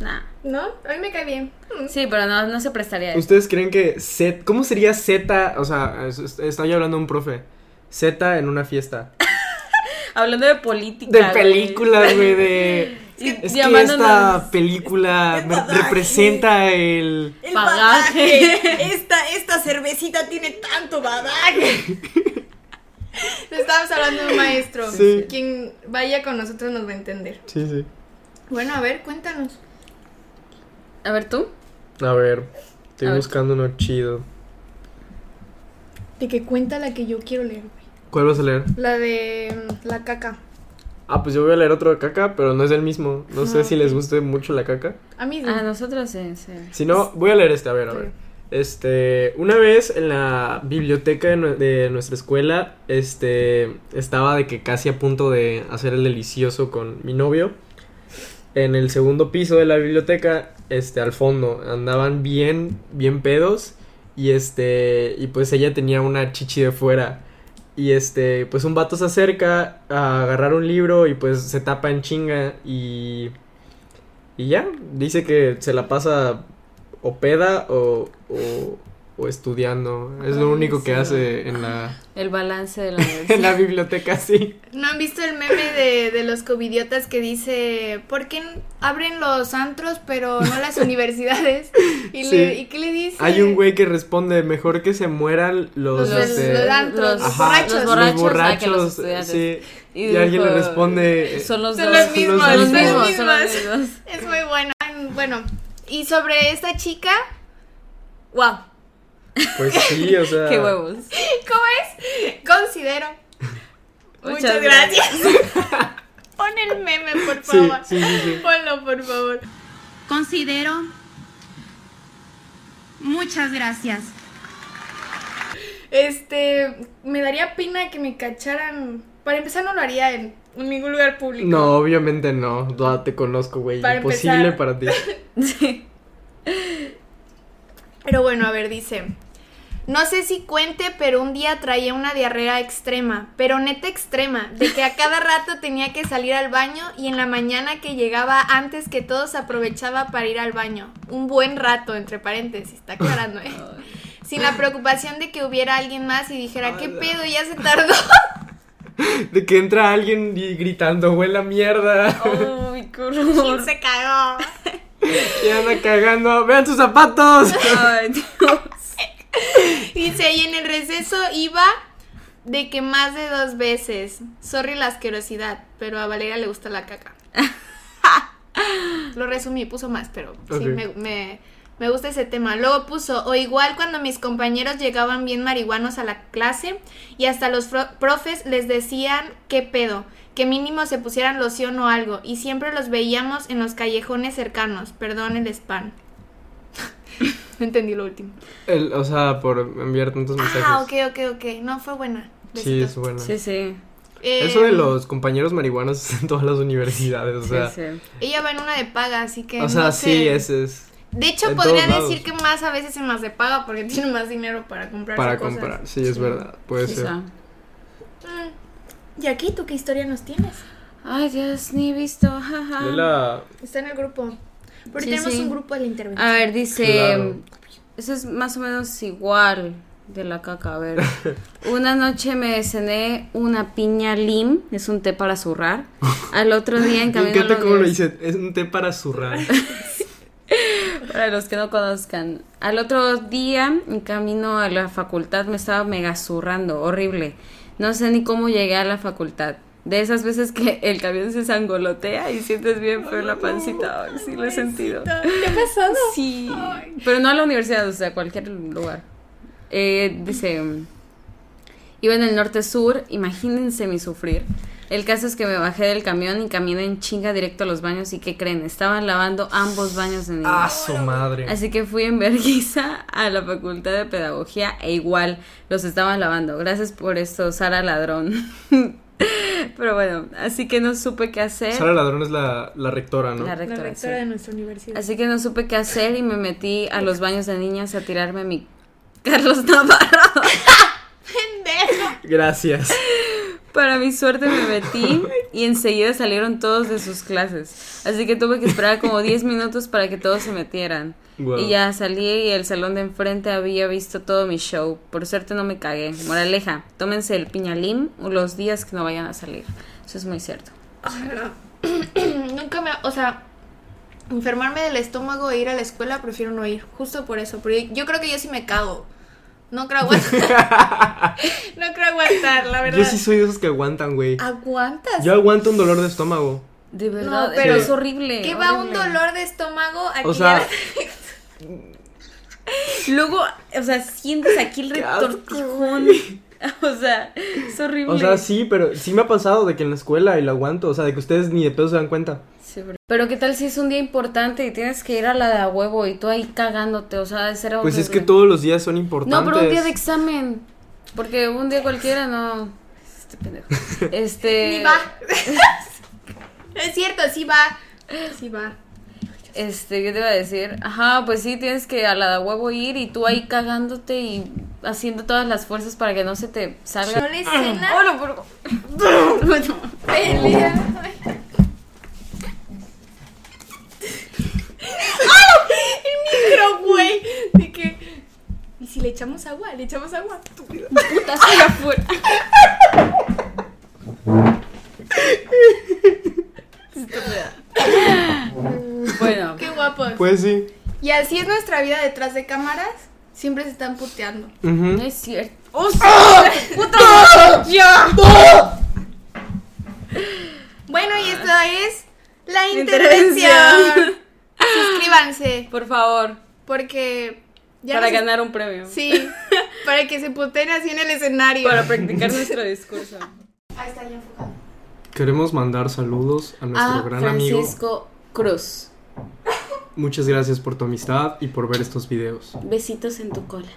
[SPEAKER 1] Nah.
[SPEAKER 2] ¿No? A mí me cae bien. Mm.
[SPEAKER 1] Sí, pero no, no se prestaría. a eso.
[SPEAKER 3] ¿Ustedes creen que Z, cómo sería Z, o sea, es- es- estoy hablando de un profe, Z en una fiesta?
[SPEAKER 1] Hablando de política.
[SPEAKER 3] De
[SPEAKER 1] güey.
[SPEAKER 3] películas,
[SPEAKER 1] [LAUGHS]
[SPEAKER 3] güey, de... Es que
[SPEAKER 1] llamándonos-
[SPEAKER 3] esta película me representa el...
[SPEAKER 4] El
[SPEAKER 1] Bagaje.
[SPEAKER 4] bagaje.
[SPEAKER 2] [LAUGHS]
[SPEAKER 4] Esta, esta cervecita tiene tanto
[SPEAKER 1] [LAUGHS]
[SPEAKER 4] bagaje.
[SPEAKER 2] Estábamos hablando de un maestro.
[SPEAKER 3] Sí.
[SPEAKER 2] Quien vaya con nosotros nos va a entender.
[SPEAKER 3] Sí, sí.
[SPEAKER 2] Bueno, a ver, cuéntanos.
[SPEAKER 1] A ver, tú.
[SPEAKER 3] A ver, estoy
[SPEAKER 1] A ver.
[SPEAKER 3] buscando uno chido.
[SPEAKER 2] De que cuenta la que yo quiero leer, güey.
[SPEAKER 3] ¿Cuál vas a leer?
[SPEAKER 2] La de mm, la caca.
[SPEAKER 3] Ah, pues yo voy a leer otro de caca, pero no es el mismo. No
[SPEAKER 1] Ah,
[SPEAKER 3] sé si les guste mucho la caca.
[SPEAKER 2] A mí sí.
[SPEAKER 1] A Ah, nosotros, sí, sí.
[SPEAKER 3] Si no, voy a leer este, a ver, a ver. Este, una vez en la biblioteca de, nue- de nuestra escuela, este, estaba de que casi a punto de hacer el delicioso con mi novio. En el segundo piso de la biblioteca, este, al fondo, andaban bien, bien pedos. Y este, y pues ella tenía una chichi de fuera. Y este, pues un vato se acerca a agarrar un libro y pues se tapa en chinga y... Y ya, dice que se la pasa o peda o, o, o estudiando. Es lo
[SPEAKER 1] Ay,
[SPEAKER 3] único que
[SPEAKER 1] sí.
[SPEAKER 3] hace
[SPEAKER 1] [LAUGHS]
[SPEAKER 3] en la,
[SPEAKER 1] El balance
[SPEAKER 3] [LAUGHS]
[SPEAKER 1] de la
[SPEAKER 3] en la
[SPEAKER 1] universidad.
[SPEAKER 3] biblioteca, sí.
[SPEAKER 2] ¿No han visto el meme de, de los covidiotas que dice, ¿por qué n- abren los antros pero no
[SPEAKER 3] [LAUGHS]
[SPEAKER 2] las universidades? ¿Y, le-
[SPEAKER 3] Sí.
[SPEAKER 2] ¿y qué le dice?
[SPEAKER 3] Hay un güey que responde, mejor que se mueran los...
[SPEAKER 2] Los-
[SPEAKER 3] este,
[SPEAKER 2] los- antros, los borrachos.
[SPEAKER 1] los
[SPEAKER 3] los
[SPEAKER 1] borrachos, ah, que
[SPEAKER 3] borrachos,
[SPEAKER 1] los estudiantes.
[SPEAKER 3] sí. Y,
[SPEAKER 1] dijo,
[SPEAKER 3] alguien le responde...
[SPEAKER 1] Son los,
[SPEAKER 2] Son
[SPEAKER 1] dos.
[SPEAKER 2] los
[SPEAKER 1] Son
[SPEAKER 2] mismos,
[SPEAKER 1] los
[SPEAKER 3] son los
[SPEAKER 1] mismos, son los
[SPEAKER 2] mismos.
[SPEAKER 1] mismos.
[SPEAKER 2] Es muy bueno. Ay, Bueno, y sobre esta chica, wow,
[SPEAKER 3] Pues sí, o
[SPEAKER 1] [LAUGHS]
[SPEAKER 3] sea...
[SPEAKER 1] Qué huevos.
[SPEAKER 2] ¿cómo es? Considero. Muchas,
[SPEAKER 1] Muchas
[SPEAKER 2] gracias. [LAUGHS] Pon el meme, por
[SPEAKER 3] Sí,
[SPEAKER 2] favor.
[SPEAKER 3] sí, sí,
[SPEAKER 2] [LAUGHS]
[SPEAKER 3] sí.
[SPEAKER 2] Ponlo, por favor.
[SPEAKER 5] Considero. Muchas gracias.
[SPEAKER 2] Este, me daría pena que me cacharan. Para empezar, no lo haría en ningún lugar público.
[SPEAKER 3] No, obviamente no. No, te conozco, güey.
[SPEAKER 2] Para
[SPEAKER 3] Imposible
[SPEAKER 2] empezar.
[SPEAKER 3] para ti.
[SPEAKER 2] Pero bueno, a ver, dice. No sé si cuente, pero un día traía una diarrea extrema, pero neta extrema, de que a cada rato tenía que salir al baño y en la mañana que llegaba antes que todos aprovechaba para ir al baño. Un buen rato, entre paréntesis, está aclarando, ¿eh? Sin la preocupación de que hubiera alguien más y dijera, ¿qué
[SPEAKER 3] Ala.
[SPEAKER 2] pedo? Ya se tardó.
[SPEAKER 3] De que entra alguien y gritando, güey, la mierda.
[SPEAKER 1] Uy, qué horror.
[SPEAKER 2] se cagó?
[SPEAKER 3] Y anda cagando. ¡Vean sus zapatos!
[SPEAKER 1] Ay, Dios.
[SPEAKER 2] Dice, y en el receso iba de que más de dos veces. Sorry la asquerosidad, pero a Valeria le gusta la caca. Lo resumí, puso más, pero
[SPEAKER 3] Ok.
[SPEAKER 2] sí, me, me- me gusta ese tema. Luego puso, o igual cuando mis compañeros llegaban bien marihuanos a la clase y hasta los fro- profes les decían qué pedo, que mínimo se pusieran loción o algo, y siempre los veíamos en los callejones cercanos. Perdón el spam. [LAUGHS] no entendí lo último.
[SPEAKER 3] El- o sea, por enviar tantos mensajes.
[SPEAKER 2] Ah, ok, ok, ok. No, fue buena.
[SPEAKER 3] Sí,
[SPEAKER 2] Besitos.
[SPEAKER 3] es bueno.
[SPEAKER 1] Sí, sí.
[SPEAKER 2] Eh,
[SPEAKER 3] Eso de los compañeros marihuanos en todas las universidades, o
[SPEAKER 1] sí,
[SPEAKER 3] sea.
[SPEAKER 1] sí.
[SPEAKER 2] Ella va en una de paga, así que.
[SPEAKER 3] O sea,
[SPEAKER 2] no
[SPEAKER 3] sí,
[SPEAKER 2] sé.
[SPEAKER 3] ese es
[SPEAKER 2] De hecho,
[SPEAKER 3] en
[SPEAKER 2] podría
[SPEAKER 3] todos lados.
[SPEAKER 2] decir que más a veces en más de paga porque [LAUGHS] tiene más dinero para comprar
[SPEAKER 3] para
[SPEAKER 2] cosas.
[SPEAKER 3] comprar. Sí, es verdad. Puede
[SPEAKER 1] Sí,
[SPEAKER 3] ser.
[SPEAKER 1] sí.
[SPEAKER 2] Mm. ¿Y aquí tú qué historia nos tienes?
[SPEAKER 1] Ay, Dios, ni he visto.
[SPEAKER 2] Ah.
[SPEAKER 1] jaja.
[SPEAKER 3] De la-
[SPEAKER 2] Está en el grupo. Porque
[SPEAKER 1] Sí,
[SPEAKER 2] tenemos
[SPEAKER 1] sí.
[SPEAKER 2] un grupo de la intervención.
[SPEAKER 1] A ver, dice.
[SPEAKER 3] Claro.
[SPEAKER 1] Eso es más o menos igual de la caca. A
[SPEAKER 3] [LAUGHS]
[SPEAKER 1] ver. Una noche me cené una piña lim, es un té para zurrar. Al otro día en
[SPEAKER 3] Me
[SPEAKER 1] camino. a la
[SPEAKER 3] encanta cómo lo
[SPEAKER 1] univers-
[SPEAKER 3] dicen. Es un té para zurrar.
[SPEAKER 2] Mm.
[SPEAKER 1] Para los que no conozcan, al otro día, en camino a la facultad, me estaba mega zurrando, horrible. No sé ni cómo llegué a la facultad. De esas veces que [LAUGHS] el camión se sangolotea y sientes bien feo la pancita. Ay, sí, lo he sentido.
[SPEAKER 2] ¿Qué ha pasado?
[SPEAKER 1] Sí. Pero no a la universidad, o sea, a cualquier lugar. Eh, dice, mm, iba en el norte-sur, imagínense mi sufrir. El caso es que me bajé del camión y caminé en chinga directo a los baños y ¿qué creen? Estaban lavando ambos baños de niños.
[SPEAKER 3] ¡Ah, su madre!
[SPEAKER 1] Así que fui en vergüenza a la facultad de pedagogía e igual los estaban lavando. Gracias por esto, Sara Ladrón. [LAUGHS] Pero bueno, así que no supe qué hacer.
[SPEAKER 3] Sara Ladrón es la, la rectora, ¿no?
[SPEAKER 1] La
[SPEAKER 2] La
[SPEAKER 1] rectora, sí.
[SPEAKER 2] rectora de nuestra universidad.
[SPEAKER 1] Así que no supe qué hacer y me metí a los baños de niñas a tirarme mi Carlos Navarro.
[SPEAKER 3] Gracias.
[SPEAKER 1] Para mi suerte me metí y enseguida salieron todos de sus clases. Así que tuve que esperar como 10 minutos para que todos se metieran.
[SPEAKER 3] Wow.
[SPEAKER 1] Y ya salí y el salón de enfrente había visto todo mi show. Por suerte no me cagué. Moraleja, tómense el piñalín los días que no vayan a salir. Eso es muy cierto.
[SPEAKER 2] [CLEARS THROAT] Nunca me, o sea, enfermarme del estómago e ir a la escuela prefiero no ir, justo por eso, pero yo creo que yo sí me cago. No creo aguantar.
[SPEAKER 3] [LAUGHS]
[SPEAKER 2] no creo aguantar, la verdad.
[SPEAKER 3] Yo sí soy de esos que aguantan, güey.
[SPEAKER 1] Ah,
[SPEAKER 2] ¿Aguantas?
[SPEAKER 3] Yo aguanto un dolor de estómago.
[SPEAKER 1] De verdad,
[SPEAKER 2] pero-
[SPEAKER 1] es horrible.
[SPEAKER 2] ¿Qué va un
[SPEAKER 1] horrible.
[SPEAKER 2] dolor de estómago aquí?
[SPEAKER 3] O sea,
[SPEAKER 1] Luego, o sea, sientes aquí el
[SPEAKER 3] Qué asco,
[SPEAKER 1] retortijón. [LAUGHS] O sea, es horrible.
[SPEAKER 3] [LAUGHS] o sea, sí, pero sí me ha pasado de que en la escuela y lo aguanto. O sea, de que ustedes ni de pedo se dan cuenta.
[SPEAKER 1] Sí, bro. Pero qué tal si es un día importante y tienes que ir a la de a huevo y tú ahí cagándote, o sea, es
[SPEAKER 3] Pues es que todos los días son importantes.
[SPEAKER 1] No, pero un día de examen, porque un día cualquiera no... Este
[SPEAKER 3] [LAUGHS]
[SPEAKER 1] pendejo. Este...
[SPEAKER 2] Ni va. [LAUGHS] es cierto, sí va. Sí va.
[SPEAKER 1] Este, ¿qué te iba a decir? Ajá, pues sí, tienes que a la de a huevo ir y tú ahí cagándote y haciendo todas las fuerzas para que no se te salga.
[SPEAKER 2] No le
[SPEAKER 3] [CLEARS THROAT]
[SPEAKER 2] cena.
[SPEAKER 1] Hola, por-
[SPEAKER 2] [LAUGHS]
[SPEAKER 1] [LAUGHS]
[SPEAKER 2] Pelea. ¡El micro, güey! De que. ¿Y si le echamos agua? ¿Le echamos agua?
[SPEAKER 1] Putas allá afuera. bueno,
[SPEAKER 2] ¡Qué guapos!
[SPEAKER 3] Pues sí.
[SPEAKER 2] Y así es nuestra vida detrás de cámaras. Siempre se están puteando. ¡Ah!
[SPEAKER 3] Ujú.
[SPEAKER 1] no es cierto. ¡Ah!
[SPEAKER 2] Bueno, y esto es. La
[SPEAKER 1] Intervención.
[SPEAKER 2] intervención. Suscríbanse.
[SPEAKER 1] Por favor,
[SPEAKER 2] Porque. ya
[SPEAKER 1] para
[SPEAKER 2] nos-
[SPEAKER 1] ganar un premio.
[SPEAKER 2] Sí. Para que se puteen así en el escenario.
[SPEAKER 1] Para practicar nuestro discurso.
[SPEAKER 2] Ahí está ya enfocado.
[SPEAKER 3] Queremos mandar saludos a nuestro
[SPEAKER 1] A
[SPEAKER 3] gran amigo.
[SPEAKER 1] Ah, Francisco Cruz.
[SPEAKER 3] Muchas gracias por tu amistad y por ver estos videos.
[SPEAKER 1] Besitos en tu cola.